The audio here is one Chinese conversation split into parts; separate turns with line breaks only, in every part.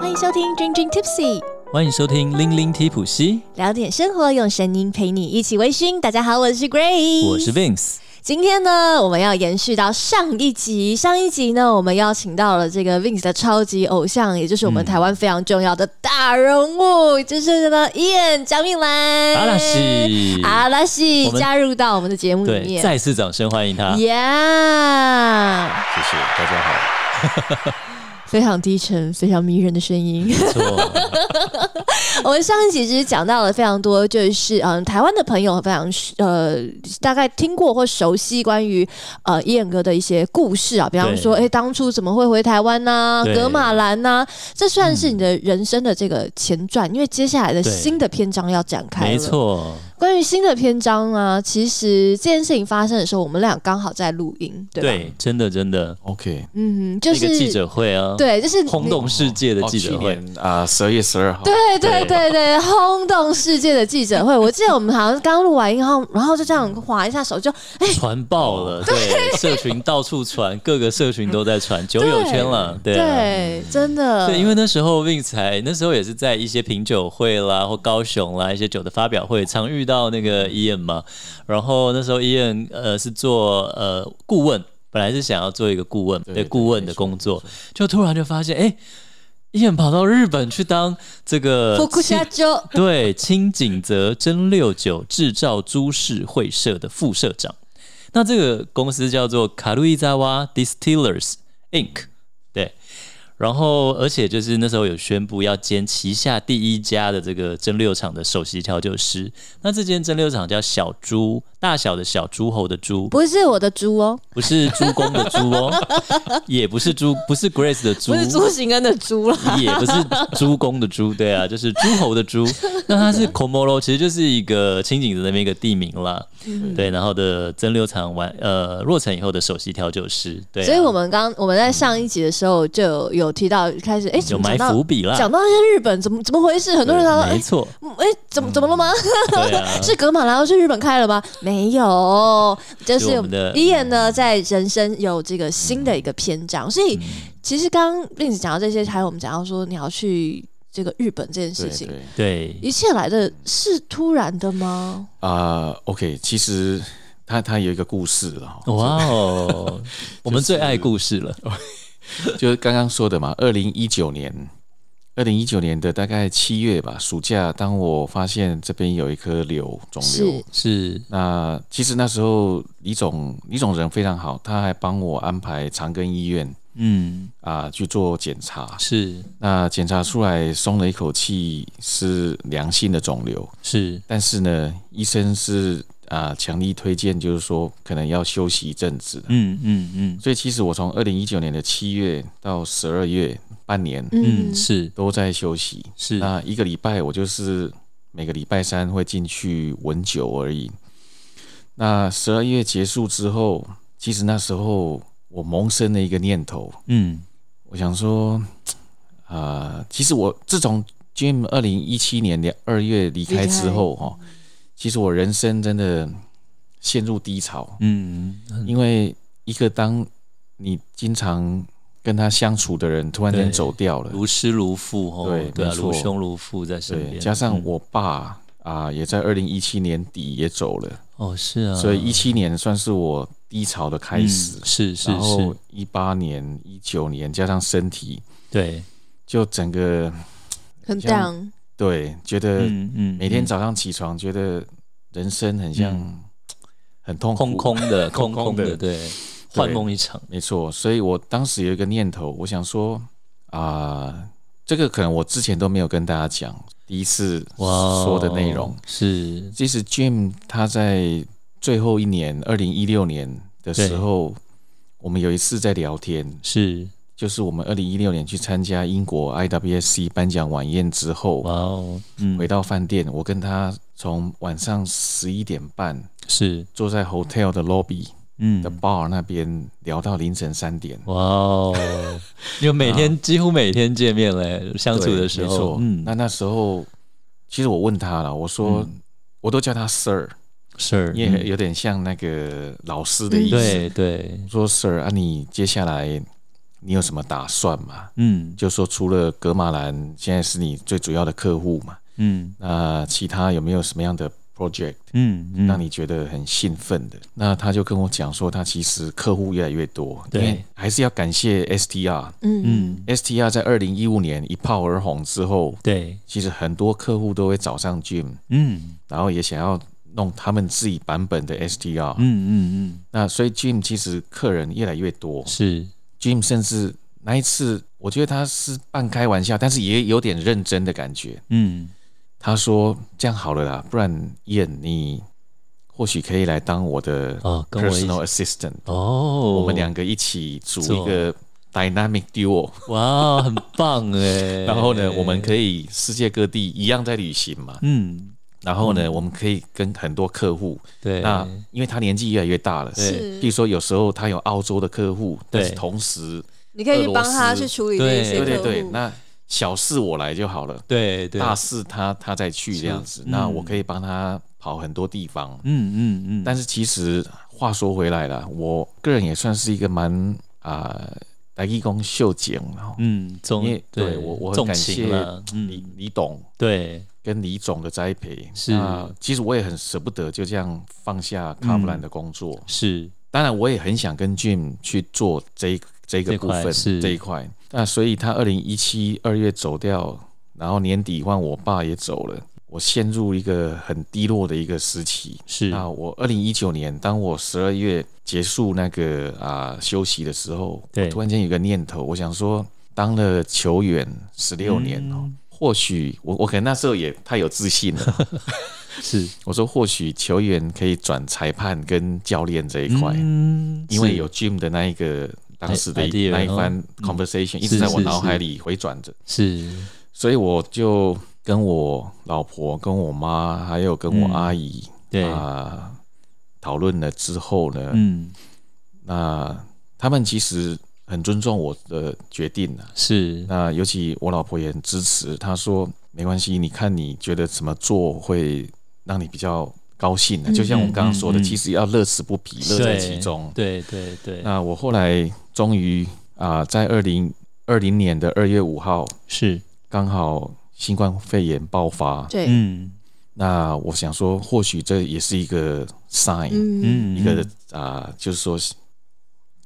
欢迎收听 Dream Dream Tipsy，
欢迎收听《零零提普西
聊点生活，用声音陪你一起微醺。大家好，我是 Grace，》，
我是 Vince。
今天呢，我们要延续到上一集。上一集呢，我们邀请到了这个 Vince 的超级偶像，也就是我们台湾非常重要的大人物，就是呢 Ian 蒋敏兰
阿拉西
阿拉西
我们
加入到我们的节目里
对，啊
面。
再次掌声欢迎他，
Yeah，
谢谢大家好。
非常低沉、非常迷人的声音。
没错，
我们上一集其实讲到了非常多，就是嗯，台湾的朋友非常呃，大概听过或熟悉关于呃伊恩哥的一些故事啊，比方说，哎、
对
当初怎么会回台湾呐、
对嗯
格马兰呐、这算是你的人生的这个前传，因为接下来的
对
新的篇章要展开了。
没，错，
关于新的篇章啊，其实这件事情发生的时候，我们俩刚好在录音，对吧？
对，真的真的，
OK，
哦
嗯，就
一个记
是
者会啊，，
对，就是
轰动世界的
哦
记者会，
啊，十二月十二号，
对对
哦对
对对，轰动世界的记者会，我记得我们好像刚录完音，然后然后就这样划一下手，就
传爆了，对，社群到处传，各个社群都在传，酒友圈了，对啊。
对，真的，
嗯
对，因为那时候 Vince 才那时候也是在一些品酒会啦，或高雄啦一些酒的发表会，常遇到那
嗯
个 Ian 嘛。然后那时候 Ian 呃是做呃顾问，本来是想要做一个顾问，
对
对
对
顾问的工作，就突然就发现，哎、伊 Ian 跑到日本去当这个
福库夏州，
对，清井泽蒸馏酒制造株式会社的副社长。那这个公司叫做卡路伊扎哇 Distillers Inc。对，然后而且就是那时候有宣布要兼旗下第一家的这个蒸馏厂的首席调酒师。那这间蒸馏厂叫小猪，大小的小诸侯的猪，
不是我的猪哦，
不是猪公的 猪哦，也不是猪，不是 Grace 的猪，
不是朱行恩的猪哦啦，
也不是猪公的猪，对啊，就是诸侯的 猪。那它是 Komoro，其实就是一个清景的那边一个地名啦。
嗯
对，然后的蒸馏厂完呃落成以后的首席调酒师，对啊、
所以我们刚我们在上一集的时候就有有提到，开始哎，怎
有
么讲
埋
到
伏笔啦，
讲到一些日本怎么怎么回事，很多人他说
没
哎
错，
哎怎
嗯
么怎么了吗？。
对啊
是格马拉要去日本开了吗？没有，就是是
我们的
伊眼呢，在人生有这个新的一个篇章。所以其实刚刚 Vince 讲到这些，还有我们讲到说你要去这个日本这件事
对
情，
对
对，
一切来的是突然的吗？
啊，OK，其实他他有一个故事了哈，
哇哦，我们最爱故事了，
就是刚刚说的嘛，二零一九年。二零一九年的大概七月吧，暑假，当我发现这边有一颗瘤肿瘤
是，
是
那其实那时候李总李总人非常好，他还帮我安排长庚医院
嗯
啊、去做检查，
是
那检查出来松了一口气，是良性的肿瘤。
是
但是呢，医生是啊、强力推荐，就是说可能要休息一阵子的。
嗯嗯嗯
所以其实我从二零一九年的七月到十二月半年
嗯
嗯，，是
都在休息。
是
那一个礼拜我就是每个礼拜三会进去闻酒而已。那十二月结束之后，其实那时候我萌生了一个念头，
嗯
我想说，啊、其实我自从 Jim 二零一七年的二月离开之后，哈，其实我人生真的陷入低潮，
嗯
因为一个当你经常跟他相处的人突然间
对
走掉了，
如师如父哦，
对
对啊，
没错
如兄如父在身
对，
边，
加上
嗯
我爸啊、也在二零一七年底也走了，
哦是啊，
所以一七年算是我低潮的开始
嗯，是是
然后
是，
一八年、一九年加上身体，
对，
就整个
很
这样
down，
对觉得。
嗯嗯
呃每天早上起床觉得人生很像、很痛
嗯
苦，
空空的，空空
空
的，
的
对，幻梦一场，
没错。所以我当时有一个念头，我想说啊、这个可能我之前都没有跟大家讲，第一次
哇，哦
说的内容。
是，
其实 Jim 他在最后一年，二零一六年的时候，我们有一次在聊天，
是，
就是我们二零一六年去参加英国 IWSC 颁奖晚宴之
哇
后，
哦，嗯
回，到饭店，我跟他从晚上十一点半
是，
坐在 hotel 的 lobby
嗯
的，bar 那边聊到凌晨三点，
哇 哦，就每天几乎每天见面嘞，相处
啊对
的时
没
候
错，
嗯
那那时候其实我问他了，我说、我都叫他 sir，
是，
因为
嗯
有点像那个老师的意思。
对对
我说 sir 啊，你接下来你有什么打算吗？
嗯
就说除了格马兰现在是你最主要的客户嘛，
嗯
那其他有没有什么样的 project
嗯嗯，
让你觉得很兴奋的？那他就跟我讲说，他其实客户越来越多，
对，
还是要感谢 STR。
嗯
STR 在二零一五年一炮而红之后，
对，
其实很多客户都会找上 Jim，
嗯
然后也想要弄他们自己版本的 STR。
嗯嗯嗯，
那所以 Jim 其实客人越来越多
是
，Jim 甚至那一次，我觉得他是半开玩笑，但是也有点认真的感觉。
嗯
他说：“这样好了啦，不然燕你或许可以来当我的
哦，跟我一起
personal assistant，
哦，
我们两个一起组
做
一个 dynamic duo，
哇，很棒哎。
然后呢，我们可以世界各地一样在旅行嘛，
嗯，
然后呢，我们可以跟很多客户，
对，
那因为他年纪越来越大了，
对
是
比如说有时候他有澳洲的客户，但是
对
同时，
你可以去帮他去处理这些
俄
客
对
户，
罗斯
对对，那小事我来就好了，
对对，
大事他他再去这样子，
是
那
嗯
我可以帮他跑很多地方。”
嗯嗯嗯，
但是其实话说回来了，我个人也算是一个蛮啊，来义工秀景了。
嗯，
因
总
为对我我很
重
感
情
谢
了，
李
嗯，
李董
对，
跟李总的栽培，
是
那其实我也很舍不得就这样放下卡
嗯
布兰的工作。
是
当然，我也很想跟 Jim 去做这一这个
这
部
块
分
是
这一块。那所以他二零一七二月走掉，然后年底换我爸也走了，我陷入一个很低落的一个时期。
是，
那我二零一九年，当我十二月结束那个啊、休息的时候，
对，
突然间有个念头，我想说，当了球员十六年哦，
嗯
或许我我可能那时候也太有自信 了，
是
我说或许球员可以转裁判跟教练这一块，
嗯，
因为
是
有 Jim 的那一个当时的
idea，
一那一番
嗯
conversation、一
是
直在我
是
脑海
是
里回转着。
是
所以我就跟我老婆、跟我妈，还有跟我阿姨，
嗯对
啊，讨论了之后呢，
嗯
那他们其实很尊重我的决定啊。
是
那尤其我老婆也很支持，她说没关系，你看你觉得怎么做会让你比较高兴呢、
嗯
就像我们刚刚说的，
嗯嗯
其实要乐此不疲，乐在其中。
对对对，
那我后来终于啊、在二零二零年的二月五号，
是
刚好新冠肺炎爆发，
对，
嗯
那我想说，或许这也是一个 sign，、
嗯
嗯
一个啊、就是说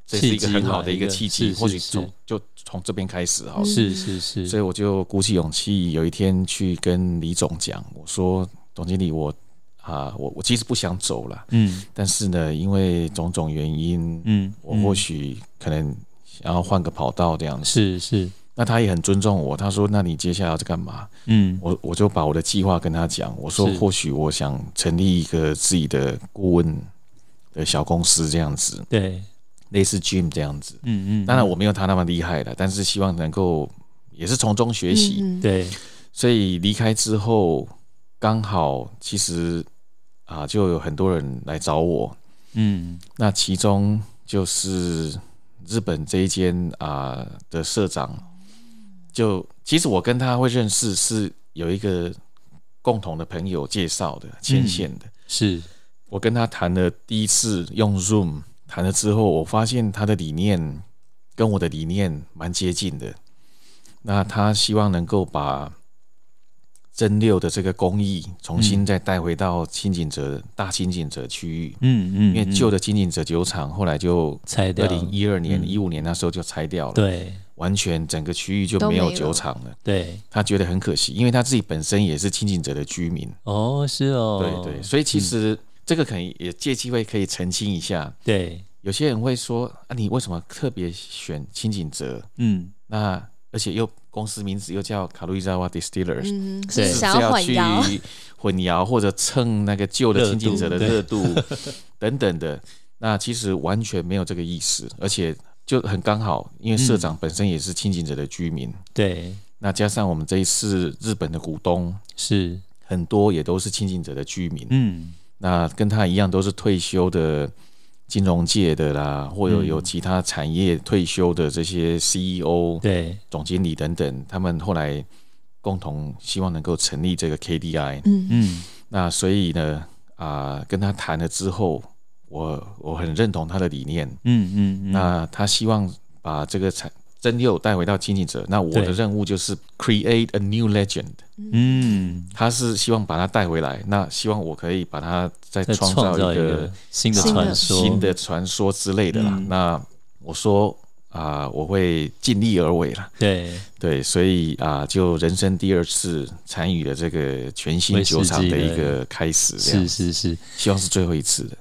这是一个很好的一个契机，
契机吧
或许
是是嗯
从就从这边开始好了。
是是是，
所以我就鼓起勇气，有一天去跟李总讲，我说：“总经理，我啊、我我其实不想走了，
嗯
但是呢，因为种种原因，
嗯，
我
嗯
或许可能想要换个跑道这样子。
是是
那他也很尊重我，他说：“那你接下来要干嘛？”
嗯
我我就把我的计划跟他讲，我说
是
或许我想成立一个自己的顾问的小公司这样子，
对
类似 Jim 这样子。
嗯嗯，
当然我没有他那么厉害了，但是希望能够也是从中学习。
嗯嗯
对
所以离开之后，刚好其实啊就有很多人来找我，
嗯
那其中就是日本这一间啊的社长，就其实我跟他会认识是有一个共同的朋友介绍的牵线的。
是
我跟他谈了第一次用 Zoom 谈了之后，我发现他的理念跟我的理念蛮接近的。那他希望能够把蒸馏的这个工艺重新再带回到清景泽大清景泽区域。
嗯嗯，
因为旧的经营者酒厂后来就
拆
二
掉
零一二年、
嗯
一五年那时候就拆掉了，
对
完全整个区域就没有酒厂了。
对
他觉得很可惜，因为他自己本身也是清景者的居民，
哦是哦，嗯
对对，所以其实这个可能也借机会可以澄清一下，
对
有些人会说啊，你为什么特别选清景泽？
嗯
那而且又公司名字又叫卡路伊扎瓦 Distillers，、
嗯，
对
是
是
想要
要
混
去
淆，
混淆或者蹭那个旧的清景者的热度等等的，那其实完全没有这个意思，而且就很刚好，因为
嗯
社长本身也是清景者的居民，
对嗯
那加上我们这一次日本的股东
是
很多也都是清景者的居民，
嗯
那跟他一样都是退休的。金融界的啦，
嗯
或者有其他产业退休的这些 CEO、
对
总经理等等，他们后来共同希望能够成立这个 KDI。
嗯，
嗯
那所以呢，啊、跟他谈了之后，我我很认同他的理念。
嗯嗯嗯
那他希望把这个产真六带回到经营者，那我的
对
任务就是 create a new legend。
嗯，
他是希望把它带回来，那希望我可以把它再
再
创
创造
造
一
一
个
个
新的
新的
传说，
新的传说之类的啦。
嗯
那我说啊、我会尽力而为啦。
对，
对，所以啊、就人生第二次参与了这个全新
威士忌
酒厂的
的
一个开始，这样
是是是，
希望是最后一次的。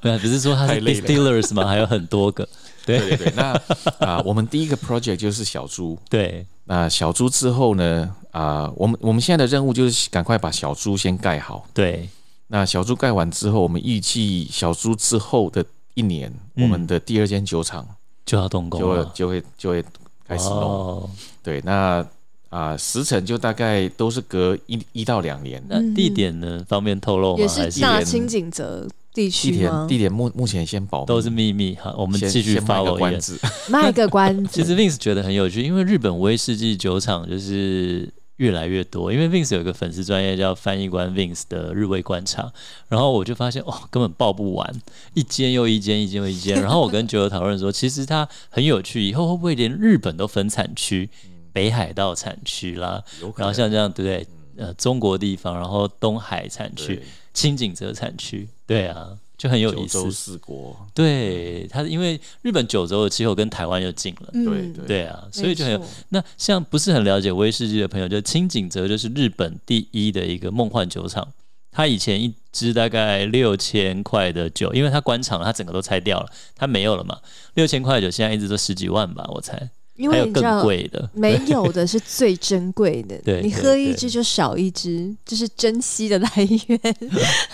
对啊，不是说它
太
是
累了
distillers 吗？还有很多个，
对对对，那啊、我们第一个 project 就是小猪。
对，
那小猪之后呢？啊、我们我们现在的任务就是赶快把小猪先盖好。
对，
那小猪盖完之后，我们预计小猪之后的一年，
嗯
我们的第二间酒厂
就要动工
就会
了，
就会就会开始弄。
哦。
对，那啊、时程就大概都是隔一一到两年。
那地点呢？方便透露吗？
也
还
是
是
大
人
清景泽地
地
区
点
吗？
地点目目前先保密，
都是秘密哈？我
我
们继续
先卖个
follow 一
关
眼。
子。
卖个关
其
子，
实
嗯
Vince 觉得很有趣，因为日本威士忌酒厂就是越来越多。因为 Vince 有一个粉丝专业叫翻译官 Vince 的日味观察，然后我就发现哦，根本报不完，一间又一间，一间又一间。然后我跟酒友讨论说，其实它很有趣，以后会不会连日本都分产区，
嗯
北海道产区啦，
有可
然
能
后像这样对不对？呃，中国地方，然后东海产区
嗯对、
清景泽产区，对啊，就很有
九
意思
州。四国，
对，它是因为日本九州的气候跟台湾又近了。
对
嗯，
对
对啊，所以就很有
没错
那像不是很了解威士忌的朋友，就清井泽就是日本第一的一个梦幻酒厂。它以前一支大概六千块的酒，因为它官场它整个都拆掉了，它没有了嘛。六千块的酒现在一直都十几万吧，我猜。
因
还有
为你知
更
道。
贵 的，
没有的是最珍贵的，
对
你
对
喝一
对
支就少一支，这是珍惜的来 源。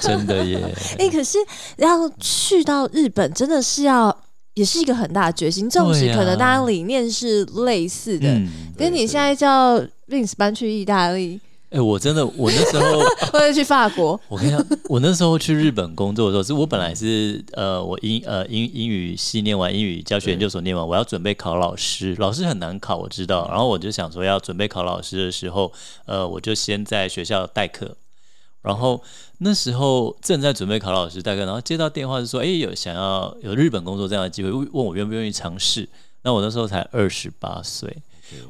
真的耶。
哎、可是要去到日本，真的是要也是一个很大的决心，纵使
对啊
可能大家理念是类似的，
嗯，
跟你
对
现在叫 Vince 搬去意大 利
哎、我真的，我那时候
或者去法国，
我跟你讲，我那时候去日本工作的时候，是我本来是呃，我英呃英英语系念完，英语教学研究所念完，我要准备考老师，老师很难考，我知道。然后我就想说，要准备考老师的时候，呃，我就先在学校代课。然后那时候正在准备考老师代课，然后接到电话是说，哎，有想要有日本工作这样的机会，问我愿不愿意尝试。那我那时候才二十八岁，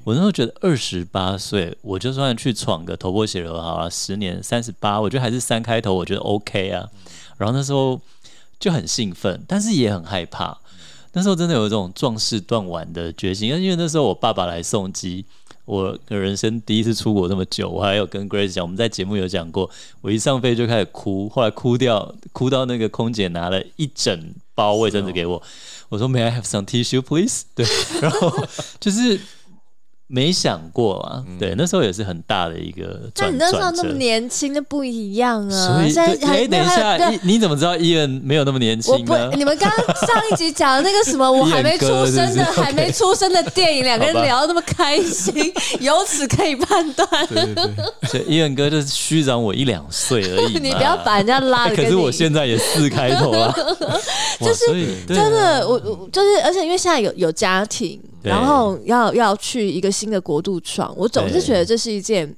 我那时候觉得二十八岁，我就算去闯个头破血流好了，十年三十八，我觉得还是三开头，我觉得 OK 啊。然后那时候就很兴奋，但是也很害怕。那时候真的有一种壮士断腕的决心，因为那时候我爸爸来送机，我人生第一次出国这么久，我还有跟 Grace 讲，我们在节目有讲过，我一上飞就开始哭，后来哭掉，哭到那个空姐拿了一整包卫生纸给我，我说啊 May I have some tissue please？对，然后就是没想过啊，对，那时候也是很大的一个
但
转
你那
转
时候
折。
那么年轻，那不一样啊
所！以，
现在
对
还
哎，等一
还有
下，
对啊
你你怎么知道伊恩没有那么年
我
轻
不
呢？，
你们刚刚上一集讲的那个什么， 我还没出生
一
的
眼，隔
还没出生的电影，两个人
好吧
聊得那么开心， 由此可以判断，
对对对，
所以伊恩哥就是虚长我一两岁而已 嘛。
你不要把人家拉
哎
的
可
跟
是我
你
现在也四开头 啊了，就是
真的，我我就是，而且因为现在有有家庭，
对
然后要要去一个新的国度闯，我总是
对
觉得这是一件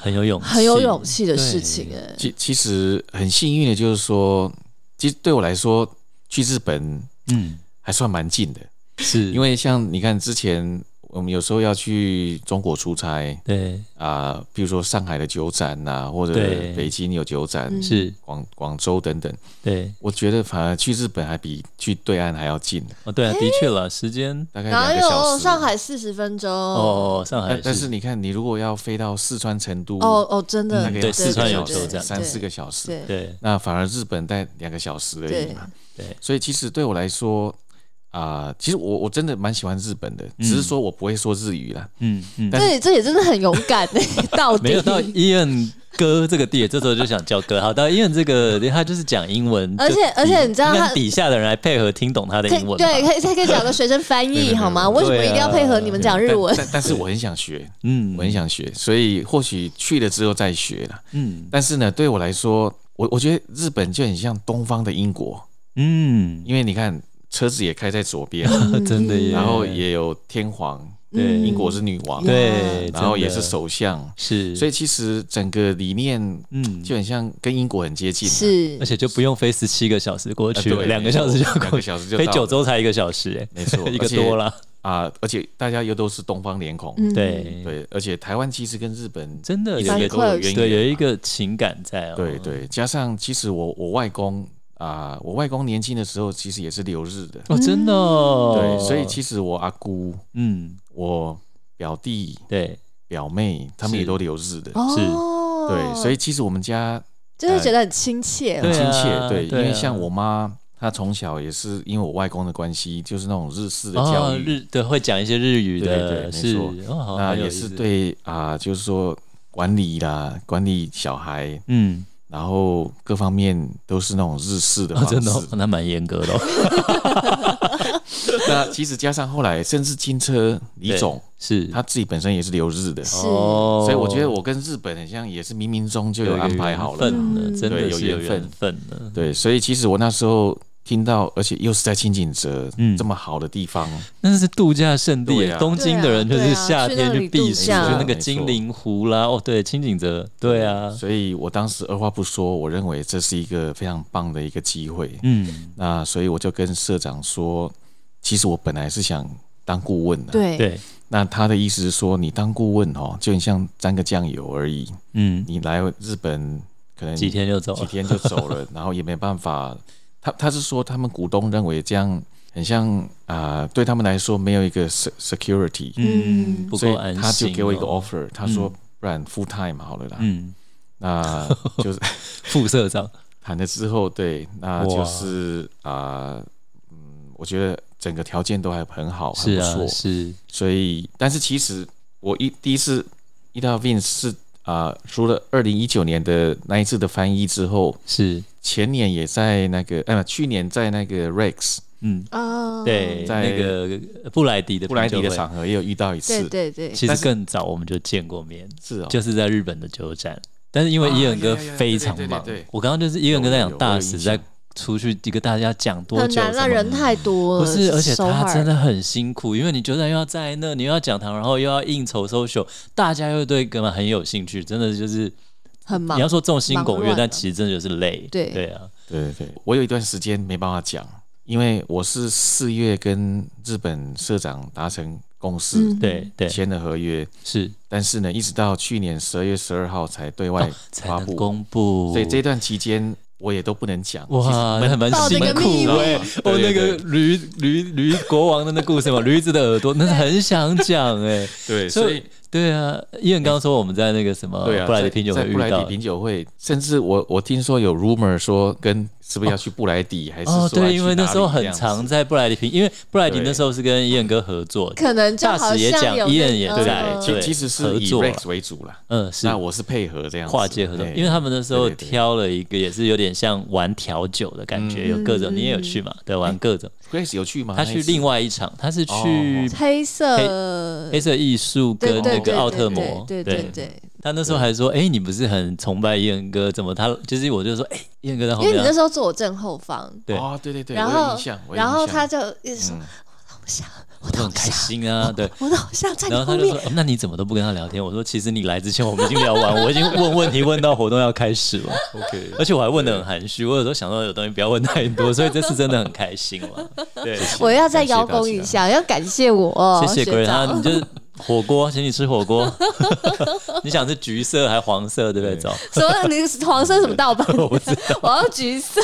很有勇气，
很有勇气的事情、哎，
其其实很幸运的就是说，其实对我来说去日本
对。嗯，
还算蛮近的，
是
因为像你看之前我们有时候要去中国出差
对
啊、比如说上海的酒展呐、或者
对
北京有酒展，
嗯
是
广广州等等，
对
我觉得反而去日本还比去对岸还要近，
哦，对啊，
哎
的确了，时间
大概
哪
两个小
有
时。
上海四十分钟？哦
哦，上海
但但是你看，你如果要飞到四川成都，
哦，真的，
大概要
嗯对
四
四川
个
有
小
时候
时
这样
三四个小时，
对，对
对
那反而日本待两个小时而已嘛。
对对
所以其实对我来说。啊、其实我我真的蛮喜欢日本的，只是说我不会说日语啦。
嗯嗯，
但是
这这也真的很勇敢， 哎到底
没有到伊恩哥这个地，这时候就想叫哥。好，到伊恩这个，他就是讲英文，
而且
就
而且你知道他
让底下的人来配合听懂他的
可以
英文嘛，
对，可以可以找个学生翻
对对
译
对
好吗？
对
为什么一定要配合你们讲日文？
啊
但但但是我很想学，
嗯，
我很想学，所以或许去了之后再学啦。
嗯
但是呢，对我来说，我我觉得日本就很像东方的英国，
嗯，
因为你看车子也开在左边，嗯
真的耶，
然后也有天皇，
对
英国是女王，
对，
然后也是
真的
首相，
是，
所
以
以其实整个理念
嗯，
就很像跟英国很接近 啊，
是
而且就不用飞十七个小时过
呃
去，
对
两个
没
小
错
时就
两
过
个
去，
小时就
飞
到
九
了
州才一个小时，哎，
没错，
一个
而且
多了，
啊，而且大家又都是东方脸孔，
嗯
对，
对，而且台湾其实跟日本
真的
一
有
一
直
一
也
个
个
都有渊源嘛，啊
对有一个情感在哦，
对对，加上其实我我外公啊、我外公年轻的时候其实也是留日的，
哦，真的哦，
对，所以其实我阿姑、
嗯，
我表弟、
对，
表妹他们
是
也都留日的，
哦，
对，所以其实我们家
就会觉得很亲切哦
很
了。
对
亲切，
啊
对，
对
因为
啊
像我妈她从小也是因为我外公的关系，就是那种日式的教
哦，
育，
日对会讲一些日语
对
的，
对没
是
错
哦，好
那
很有
也
意
是
思，
对啊、就是说管理啦，管理小孩，
嗯，
然后各方面都是那种日式的
哦
方，式。
真的哦，那蛮严格的哦，
那其实加上后来，甚至金车李
对
总
是，
他自己本身也 是留日的，
是
哦，
所以我觉得我跟日本很像，也是冥冥中就有安排好了。
份
嗯
真的
对有
是有
缘
缘
分
分了。
对，所以其实我那时候听到，而且又是在清景泽、
嗯
这么好的地方，
那是度假胜地耶
对，啊
东京的人就是夏天去避暑，去
对啊对啊去那里度假
那个金陵湖啦，哦，对，清景泽，对啊，
所以我当时二话不说，我认为这是一个非常棒的一个机会。
嗯，
那所以我就跟社长说，其实我本来是想当顾问的、
对
对，
那他的意思是说，你当顾问哦，就很像沾个酱油而已。
嗯，
你来日本可能
几天就走
几
了，
天就 走了，然后也没办法。他他是说，他们股东认为这样很像啊、对他们来说没有一个 se- security，、
嗯，
嗯
不
所
够
以
安心哦，
他就给我一个 offer，他说不然 full time 好了啦。
嗯，
那就是
副社长，
谈了之后，对， 那
哇
就是啊、嗯，我觉得整个条件都还很好，
是
很不错。
啊，是，
所以，但是其实我一第一次遇到 Vin 是啊、除了二零一九年的那一次的翻译之后，
是，
前年也在那个，呃，去年在那个 Rex
嗯，
哦，
对，
在
那个布莱迪的
布莱迪
品
的
酒会
场合也有遇到一
对
次，
对对，
其实
但是
更早我们就见过面，
是哦，
就是在日本的酒展，但是因为伊恩哥
啊呀呀呀
非常
对对对
忙
对对，
我刚刚就是伊恩哥在讲
有有有
大
有
使
印
在
象
出去一个大家讲多
很
久
难
什
啊，
么
人太多了，
不是，而且
手
他
腕
真的很辛苦，因为你就算又要在那，你又要讲堂，然后又要应酬 social，大家又对干嘛很有兴趣，真的就是
很忙
你要，说众星拱
忙
月，
乱了
但其实真的就是累。
对
对啊，
对对对，我有一段时间没办法讲，因为我是四月跟日本社长达成共识，
嗯
对对
签了合约，
是
但是呢，一直到去年十二月十二号才对外
哦才
发
能
布，
公布。
所以这段期间我也都不能讲，其实
哇，那还蛮
抱着
辛
一个秘
苦
密
哎、
对
哦，那
对
个
对
驴驴驴国王的那故事嘛，驴子的耳朵，那是很想讲哎、
对，
所
所
以
以
对啊，伊恩刚刚说我们在那个什么
对啊，
布莱迪
在
品酒
在
会
布
遇
莱迪
到，
品酒会，甚至我我听说有 rumor 说跟是不是要去布莱迪，还是
哦，
说要
对，
去
因为那
哪
时候
里这
很
样子
常在布莱迪品，因为布莱迪
对
那时候是跟伊恩哥合作，
可能就
大
好
使也
像
讲
有
伊
那
恩也
个
在
嗯
对
其其实是
合
以
作啦
Rex 为主啦。
嗯，是
那我是配合这样子
跨界合作，
哎
因为他们那时候
对对对
挑了一个也是有点像玩调酒的感觉，
嗯
有各种，你也有去嘛？对，玩
哎
各种。
Rex 有去吗？
他去另外一场，他是去
哦
黑色
黑色艺术
对
跟
对
那
对对
个奥特摩，
对对对对，
他那时候还说：“哎，你不是很崇拜燕哥？怎么他就是我就说，哎，燕哥在后
因为你那
面。”
时候坐我正后方，
对
啊，哦对对对，
然
我有
后
印象我有
然后
印象
他就一直说
嗯
我都很开心啊，对。
我的偶像哦在你
然后
后
他就
面
说、，哦那你怎么都不跟他聊天？”我说：“其实你来之前我们已经聊完，我已经问问题问到活动要开始了，
OK，
而且我还问的很含蓄。我有时候想到有东西不要问太多，所以这次真的很开心了。对，
我要再
感谢
邀
大家
功一下，要感谢我哦，
谢谢 g
学
r 啊，
长
你就是火锅，请你吃火锅。 你想是橘色还黄色，对不对？
对
走，
什么？你是黄色什么 盗版？ 我要橘色。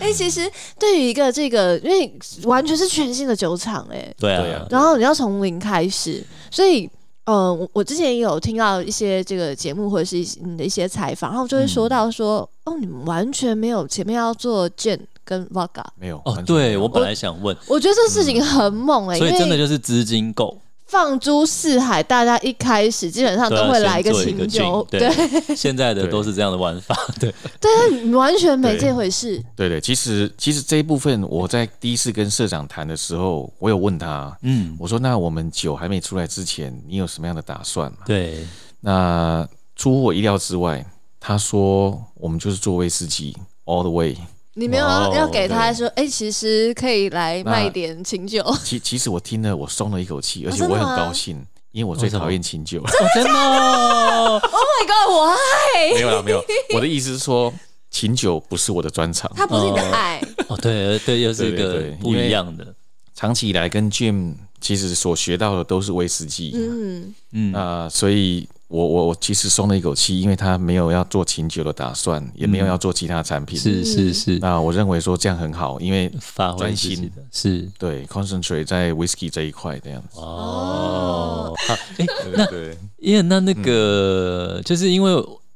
哎、其实对于一个这个，因为完全是全新的酒厂哎、
对
对
啊
啊，
然后你要从零开始，所以。呃，我我之前也有听到一些这个节目或者是一些你的一些采访，然后就会
嗯
说到说，哦，你们完全没有前面要做 gin 跟 vodka，
没有
哦，
完全没
对
有
我本来想问，
我觉得这事情很猛哎、
嗯所以
因
真的
为
就是资金够，
放诸四海，大家一开始基本上
对啊
都会来
先做一
清
个
酒
gin，，对， 现在的都是这样的玩 法，对，
对，你完全没
对
这回事，
对对，其实其实这一部分我在第一次跟社长谈的时候，我有问他，
嗯，
我说那我们酒还没出来之前，你有什么样的打算吗？
对，
那出乎我意料之外，他说我们就是做威士忌 all the way，
你没有要
哇哦
要给他说，哎、其实可以来卖点 Oh 清 酒，
其其实我听了，我松了一口气，而且
哦真
我
的吗
很高兴，因为我最
为什么
讨厌清酒。
哦，真的哦、
那个我啊爱，
没有啦，没有。 我的意思是说，琴酒不是我的专长。
他不是你的爱，
哦，对对，又是一
对
个
对对
不一样的，
长期以来跟 Jim 其实所学到的都是威士忌。
嗯，
嗯，
那、所以我我我其实松了一口气，因为他没有要做琴酒的打算，也没有要做其他产品。
是是是，
那我认为说这样很好，因为
发挥自己的是
对 concentrate 在 whisky 这一块这样子。
哦。好，哎，
对对
耶，那那
嗯
个就是因为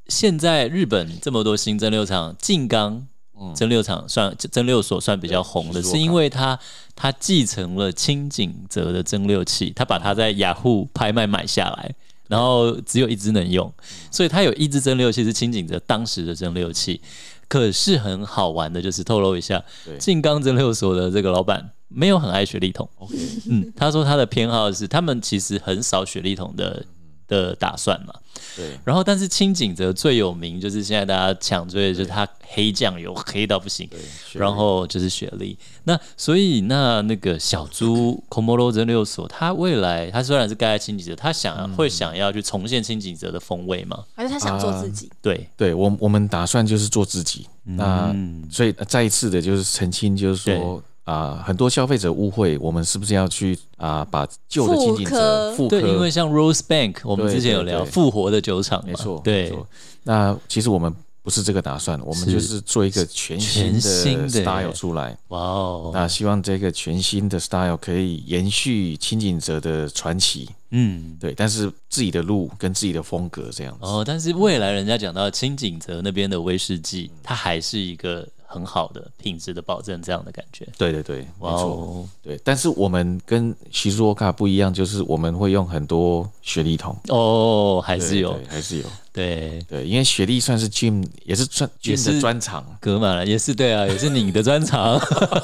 现在日本这么多新蒸馏厂，静冈蒸馏厂算蒸馏所算比较红的，
嗯对
是因为它它继承了清井泽的蒸馏器，它把它在雅虎拍卖买下来。然后只有一支能用，所以它有一支蒸馏器是清井泽当时的蒸馏器。可是很好玩的，就是透露一下，
对
静冈蒸馏所的这个老板没有很爱雪莉桶，
，OK，
嗯，他说他的偏好是他们其实很少雪莉桶的的打算嘛。
对
然后，但是清井泽最有名就是现在大家抢追的就是它黑酱油黑到不行，
对。学
然后就是雪莉。那所以那那个小猪 Komoro 蒸馏所，他未来他虽然是盖在清井泽，他想、会想要去重现清井泽的风味嘛？
还是他想做自己，
对，
对我我们打算就是做自己，
嗯
那所以再一次的就是澄清，就是说啊、很多消费者误会我们是不是要去啊、把旧的经济者
复
复刻，
对，因为像 Rose Bank，我们
对
之前有
对
聊
对
复活的酒厂嘛，
没错，没
对，
错。那其实我们不是这个打算，我们
是
就是做一个全新
全新的
的 style 出来。
哇哦，
那希望这个全新的 style 可以延续清景者的传奇，
嗯。
对，但是自己的路跟自己的风格这样子。
哦，但是未来人家讲到清井泽那边的威士忌，它还是一个很好的品质的保证，这样的感觉。
对对对，没
哇
错。
哦，
对，但是我们跟徐若卡不一样，就是我们会用很多雪莉桶，
哦，还是有
对对还是有，
对，
对，因为雪莉算是 Jim 也是专
也
Jim
是
的专长，
格马兰也是对啊，也是你的专长。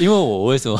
因为我为什么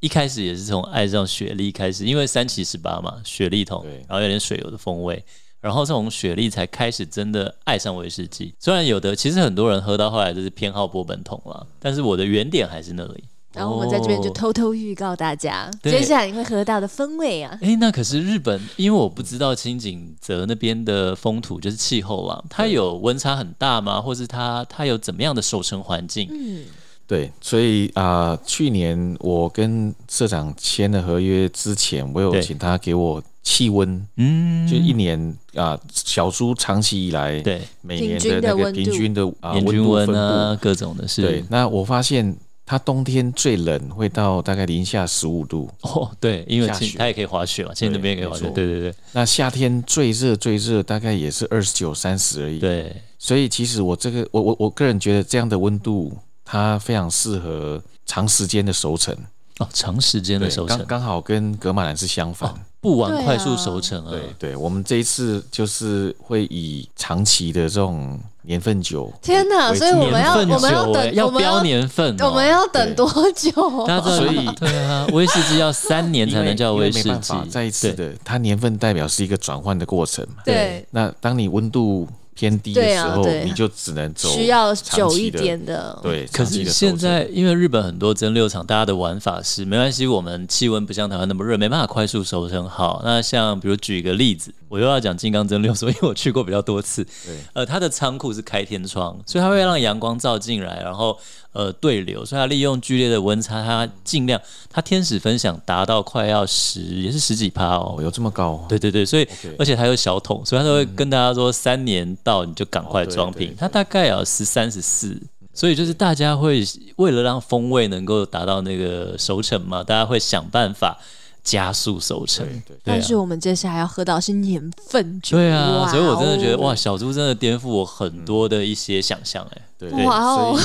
一开始也是从爱上雪莉开始，因为三七十八嘛，雪莉桶
对，
然后有点水油的风味。然后从雪莉才开始真的爱上威士忌，虽然有的其实很多人喝到后来就是偏好波本桶了，但是我的原点还是那里。
然后我们在这边就
哦
偷偷预告大家，
对
接下来你会喝到的风味 啊，
哎、那可是日本，因为我不知道清井泽那边的风土就是气候啦，它有温差很大吗？或是它它有怎么样的守成环境？
嗯
对，所以啊、去年我跟社长签了合约之前，我有
对
请他给我气温，
嗯，
就一年啊、小猪长期以来
对，
每
平
年
均
的
的
那个
温度
平均的啊、
年
温
均
度
温
分布，
啊，各种的是，
对，那我发现它冬天最冷会到大概零下十五度，
哦，对，因为
下
清
雪
它也可以滑雪嘛，清那边也可以滑雪，
没错
对对
那夏天最热最热大概也是二十九三十而已。
对，对，
所以其实我这个我我我个人觉得这样的温度，它非常适合长时间的熟成，
哦，长时间的
对
熟成哦
刚，刚好跟格马兰是相反。
不玩
对
快速
啊
熟成啊，
对对，我们这一次就是会以长期的这种年份酒。
天哪！啊
为
所以我们
年
要
份
我们
久欸
等
要
我们
标年份哦，
我们要等多久啊？
大家知道，
所以
对啊，威士忌要三年才
因为
能叫
因为
威士
没办
忌
法，，再一次
对
的，它年份代表是一个转换的过程嘛。
对，
那当你温度偏低的
对
时
啊
候，
对
你就只能 走
需要
长
久
期
一
的
点的。
对，
可
长期
是
的熟
现
成
在，因为日本很多蒸馏厂，大家的玩法是没关系，我们气温不像台湾那么热，没办法快速熟成好。那像比如举一个例子，我又要讲金刚蒸馏所，因为我去过比较多次。
对，
呃，它的仓库是开天窗，所以它会让阳光照进来，然后呃对流，所以它利用剧烈的温差，它尽量它天使分享达到快要十，也是十几趴哦
哦，。有这么高、啊？
对对对，所以
OK
而且它有小桶，所以它都会跟大家说三年到你就赶快装
哦对
瓶
对，
它大概要十三十四。所以就是大家会为了让风味能够达到那个熟成嘛，大家会想办法加速熟成。
对
对
但
啊
是我们接下来要喝到的是年份酒，
对啊，所以我真的觉得
哇哦
哇，小猪真的颠覆我很多的一些想象哎、
对
哦，哇哦，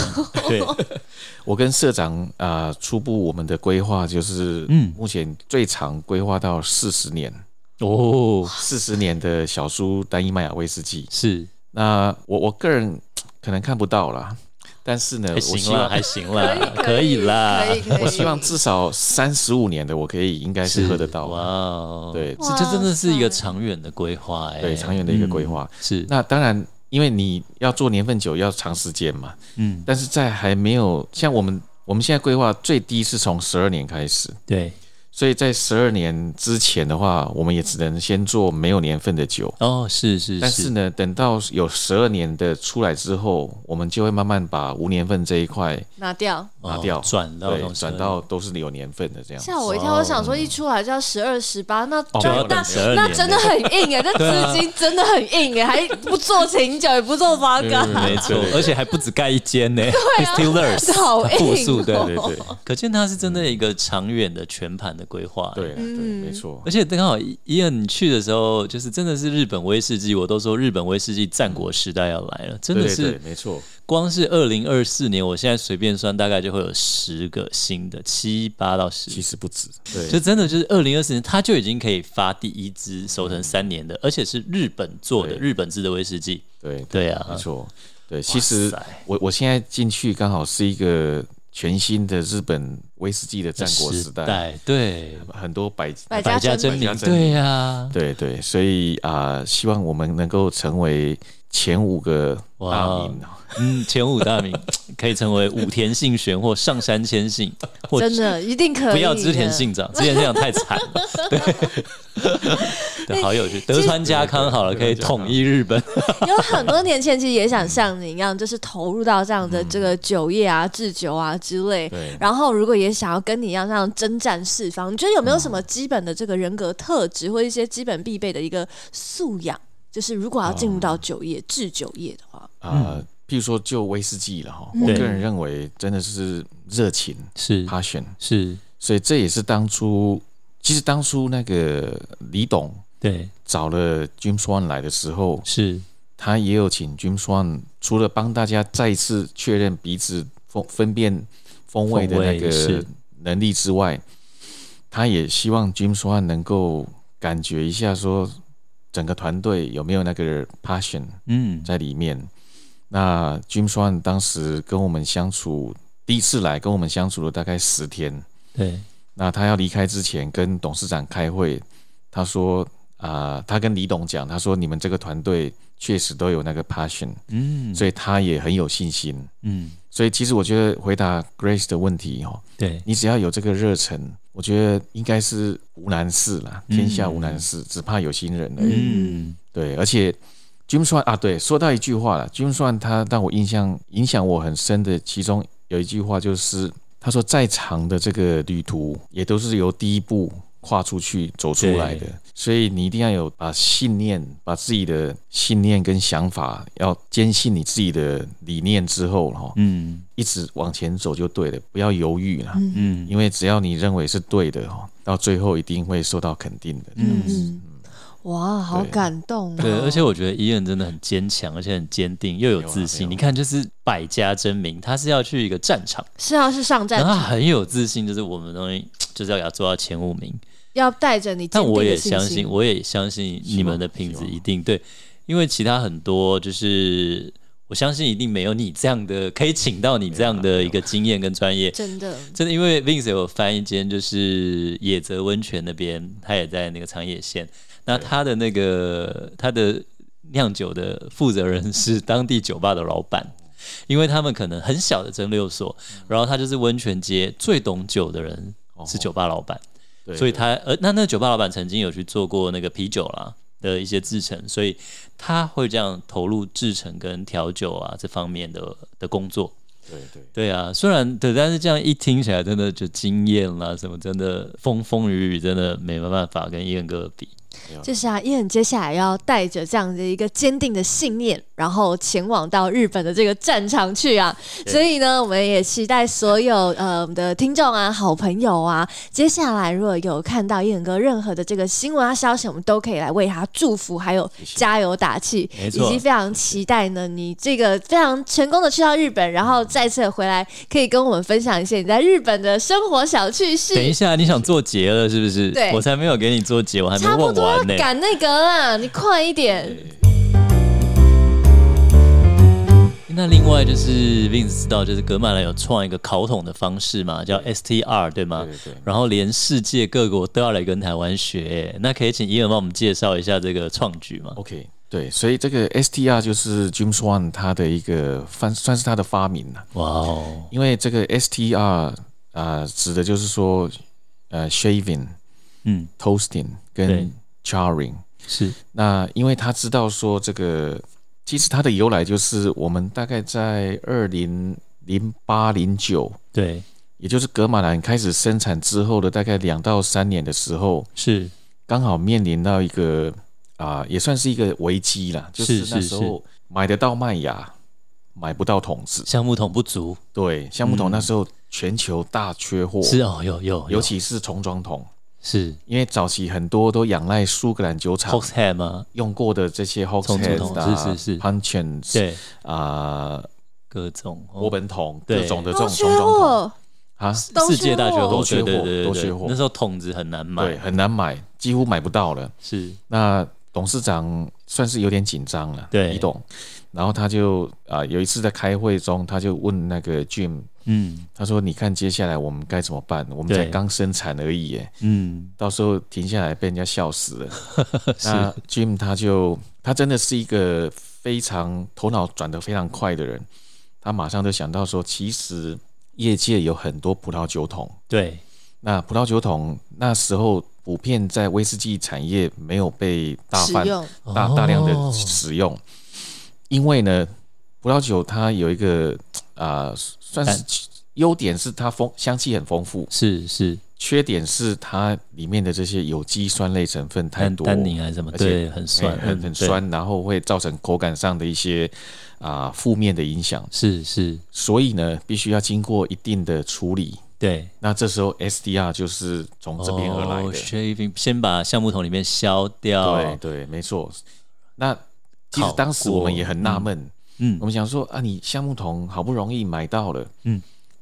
对，
我跟社长啊、呃初步我们的规划就是，
嗯
嗯，目前最长规划到四十年，
哦，
四十年的小苏单一麦芽威士忌。
是
那我我个人可能看不到啦，但是呢，
还
我
行
希
啦，
望
还行啦，可以啦，
可以可以。
我希望至少三十五年的我可以应该是喝得到。
哇
哇，
哦，
对
这这真的是一个
哇塞
长远的规划哎、嗯
对，长远的一个规划。
是
那当然，因为你要做年份酒要长时间嘛，
嗯，
但是在还没有像我们我们现在规划最低是从十二年开始，
对，
所以在十二年之前的话，我们也只能先做没有年份的酒。
哦，是是
但是呢，等到有十二年的出来之后，我们就会慢慢把无年份这一块
拿掉。
拿掉
哦转到
对
那种
转到都是有年份的这样。
吓我一跳！我想说，一出来就要十二十八，那
哦
就
没有
那
12
那
年
真的很硬哎，那
对啊
资金真的很硬哎，还不做琴酒，也不做 八嘎，
没错，而且还不止盖一 间呢，distillers
啊好硬哦
复数对
对对对
可见它是真的一个长远的全盘的规划。
对啊，对，没错
而。且刚好伊恩你去的时候，就是真的是日本威士忌，我都说日本威士忌战国时代要来了，真的
对对
是
对，没错，
光是二零二四年，我现在随便算大概就会有十个新的，七八到十
其。实不止。
就
对，
真的就是二零二四年，它就已经可以发第一支熟成三年的，而且是日本做的
对
日本制的威士忌。
对，
对啊，
没错，对。其实
塞
我我现在进去刚好是一个全新的日本威士忌的战国时代，
代对，
很多百
百
百家
家
争
争
鸣
鸣，
对啊呀，
对对，所以啊、希望我们能够成为前五个大
哇
名哦。
嗯，前五大名 可以成为武田信玄或上山千信，或
真的一定可以。
不要织田，信长，织田信长太惨了，对， 对，好有趣，德川家康好了，可以统一日本，
有很多年前其实也想像你一样，就是投入到这样
嗯
的这个酒业啊、制酒啊之类。
对
然后，如果也想要跟你一样这样征战四方，你觉得有没有什么基本的这个人格特质，或一些基本必备的一个素养？就是如果要进入
哦
到酒业、制酒业的话，
啊、譬如说就威士忌了哈，
嗯
我
对嗯
个人认为真的是热情
是
passion，
是，
所以这也是当初其实当初那个李董
对，
找了 Jim Swan 来的时候，
是
他也有请 Jim Swan，除了帮大家再一次确认彼此分分辨风味的那
风味是
个能力之外，他也希望 Jim Swan 能够感觉一下说整个团队有没有那个 passion。
嗯，
在里面。那 Jim Swan 当时跟我们相处，第一次来跟我们相处了大概十天。
对，
那他要离开之前，跟董事长开会，他说啊、他跟李董讲，他说你们这个团队确实都有那个 passion，
嗯，
所以他也很有信心。
嗯，
所以其实我觉得回答 Grace 的问题哦，
对，
你只要有这个热忱，我觉得应该是无难事啦，天下无难事，只怕有心人而已。
嗯，
对，而且 Jim Swan 啊，对，说到一句话了，Jim Swan 他让我印象影响我很深的，其中有一句话就是他说，在场的这个旅途也都是由第一步跨出去走出来的
对，
所以你一定要有把信念，把自己的信念跟想法，要坚信你自己的理念之后，哈，
嗯，
一直往前走就对了，不要犹豫了。
嗯，
因为只要你认为是对的哦，到最后一定会受到肯定的。
嗯
嗯，哇，好感动、哦。
对，而且我觉得伊恩真的很坚强，而且很坚定，又有
有啊
自信。
有
你看，就是百家争鸣，他是要去一个战场，
是要是上
然
战
后他
场，
很有自信，就是我们东西就是要给他做到前五名。
要带着你坚
但
定
我
的
也
信
相
心
信，我也相信你们的品质一定对，因为其他很多就是我相信一定没有你这样的，可以请到你这样的一个经验跟专业。
真的
真的，因为 Vince 有翻一间就是野泽温泉那边，他也在那个长野县。那他的那个他的酿酒的负责人是当地酒吧的老板，因为他们可能很小的蒸馏所，
嗯
然后他就是温泉街最懂酒的人是酒吧老板，
哦对
所以他呃，那那个酒吧老板曾经有去做过那个啤酒啦的一些制成，所以他会这样投入制成跟调酒啊这方面的的工作。
对对。
对啊，虽然对，但是这样一听起来，真的就经验啦，什么真的风风雨雨，真的没办法跟燕哥比。
就是啊，伊恩接下来要带着这样的一个坚定的信念，然后前往到日本的这个战场去啊。所以呢，我们也期待所有呃我们的听众啊、好朋友啊，接下来如果有看到伊恩哥任何的这个新闻啊、消息，我们都可以来为他祝福，还有加油打气，
没
以
错
及非常期待呢，你这个非常成功的去到日本，然后再次回来，可以跟我们分享一些你在日本的生活小趣事。
等一下，你想做结了是不是？
对
我才没有给你做结，我还没
差不
问
多要
完呢、
赶那个啦，你快一点。
那另外就是 Vince 知道，就是格马兰有创一个烤桶的方式嘛，叫 STR 对吗？
对对对
然后连世界各国都要来跟台湾学、那可以请伊恩帮我们介绍一下这个创举吗？
OK，对，所以这个 STR 就是 James Wan 他的一个算算是他的发明了，
哇哦，
因为这个 STR 啊、呃指的就是说呃 shaving、
嗯，
toasting
对
跟 charring。
是
那因为他知道说这个，其实它的由来就是我们大概在二零零八零九，
对，
也就是格马兰开始生产之后的大概两到三年的时候，
是
刚好面临到一个啊、也算是一个危机啦，就是是那
是
时候买得到麦芽，买不到桶子。
橡木桶不足，
对，橡木桶那时候全球大缺货，
嗯是哦，有有
尤其是重装桶，
是
因为早期很多都仰赖苏格兰酒厂
Hox Head 吗？
用过的这些 h o x
重
h e a
桶
d 啊、
是是是
punchens
对，
啊、
各种哦
波本桶
对
各种的这
都
种
缺
桶装桶
货，
啊，
都
世界
缺
大
货
学
都缺
对
货
对对
都
对
缺
对
货，
那时候桶子很难
对，啊
买，
很难买，几乎买不到了。
是
那董事长算是有点紧张了，
对
你懂。然后他就啊、有一次在开会中，他就问那个 Jim，
嗯
他说：“你看接下来我们该怎么办？我们
对
才刚生产而已，耶，
嗯
到时候停下来被人家笑死 了。那 Jim 他就他真的是一个非常头脑转得非常快的人，他马上就想到说，其实业界有很多葡萄酒桶。
对
那葡萄酒桶那时候普遍在威士忌产业没有被大
使
范
用
大大量
哦
的使用，因为呢，葡萄酒它有一个啊、呃算是
但
优点是它丰香气很丰富，
是是
缺点是它里面的这些有机酸类成分太
丹
多，
丹宁还是什么，
而且
对，很
哎
酸，嗯
很很，
对
酸，然后会造成口感上的一些啊、负面的影响，
是是，
所以呢，必须要经过一定的处理。
对，
那这时候 SDR 就是从这边而来的，
哦 shaving 先把橡木桶里面削
对
掉，
对，没错。那哦其
烤
实当时我们也很纳
过
闷，
嗯
我，们想说啊，你橡木桶好不容易买到了，
嗯，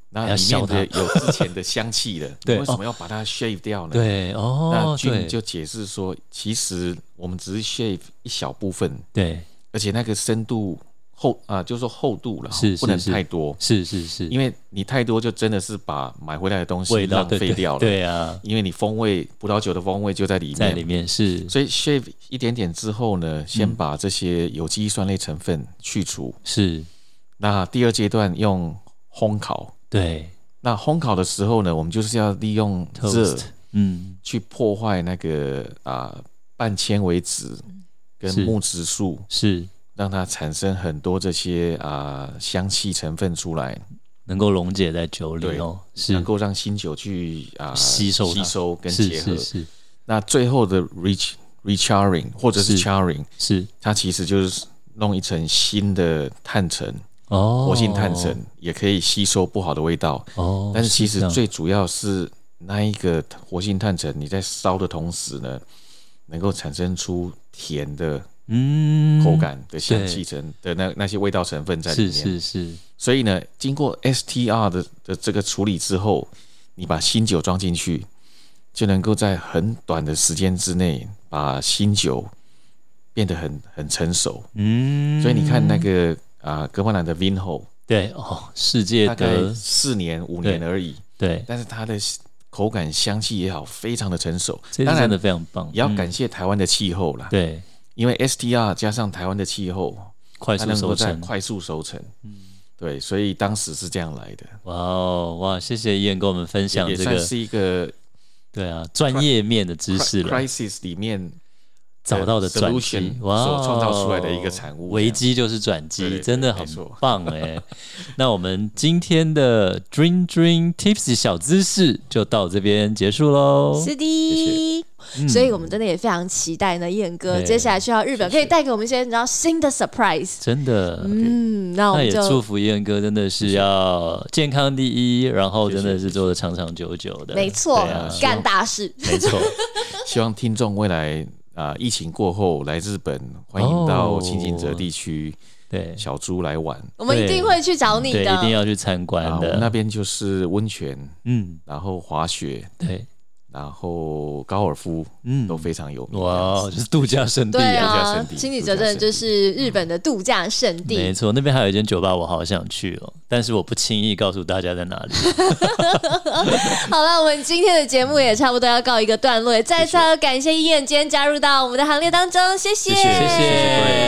那
还要
里
削
面的有之前的香气了，
对
你为什么要把它 shave 掉呢？，
对，
那
哦，对
君就解释说，其实我们只是 shave 一小部分，
对，
而且那个深度厚啊，就是说厚度了，
是
不能
是是
太多，
是是是，
因为你太多就真的是把买回来的东西
味道
浪
对
费
对
掉了，
对啊，
因为你风味葡萄酒的风味就在里
在
面
里。面是
所以 shave 一点点之后呢，
嗯
先把这些有机酸类成分去除。
是，
那第二阶段用烘烤。
对
那烘烤的时候呢，我们就是要利用热
，toast，嗯，
去破坏那个啊、半纤维质跟
是
木质素，
是
让它产生很多这些啊、香气成分出来，
能够溶解在酒里
对
哦，是
能够让新酒去啊、
吸收它
吸收跟
是
结合
是。是
那最后的 reach recharring 或者是
是
charring，
是，
它其实就是弄一层新的碳层，
哦，
活性炭层、也可以吸收不好的味道。
哦，
但是其
这
实
样
最主要是那一个活性炭层，你在烧的同时呢，能够产生出甜的
嗯
口感的香
对
气成的那那些味道成分在里
是
面。
是是
所以呢，经过 STR 的的这个处理之后，你把新酒装进去，就能够在很短的时间之内把新酒变得很很成熟。
嗯，
所以你看那个啊、格外兰的 Vinho，
对哦，世界
大概
的
四年五年
对
而已，
对，
但是它的口感、香气也好，非常的成熟。
这次
当
真
然
的非常棒，
也要
嗯
感谢台湾的气候啦，
对
因为 STR 加上台湾的气候，
快
它
速
能够
收
在
成，嗯
快速熟成。对，所以当时是这样来的，
哇哦哇，谢谢伊恩跟我们分享
也
这
算
个，
是一个
对啊，专业面的知识了。
crisis 里面
找到的转机
solution，
哇，哦
所创造出来的一个产物
危机就是转
对
机，
对
真的很
没错
棒哎、那我们今天的 Dream Dream Tips 小知识就到这边结束喽。
是的，所以我们真的也非常期待呢，燕哥
对
接下来去到日本，
谢谢
可以带给我们一些你知道新的 surprise。
真的，
嗯，那我
那
们
也祝
就
福燕哥真的是要健康第一，然后真的是做的长长久久的。
没错
对啊，
干大事。
没错。希望听众未来啊、疫情过后来日本，欢
哦
迎到清近泽地区
对
小猪来玩
我们一定会去找你
对，一定
的。
要去参
啊，
观
我们那
的。
边就是温泉，
嗯，
然后滑雪，
对，
然后高尔夫，
嗯
都非常有名。
哇
这
哦，
样
就
子
是度假胜地
对
啊。
啊
度假胜，地
清理责任就是日本的度假胜
没
地。
错，那边还有一间酒吧，我好想去哦，但是我不轻易告诉大家在哪里。
好了，我们今天的节目也差不多要告一个段落，再次要感谢燕今天加入到我们的行列当中，谢谢，
谢谢谢谢
谢谢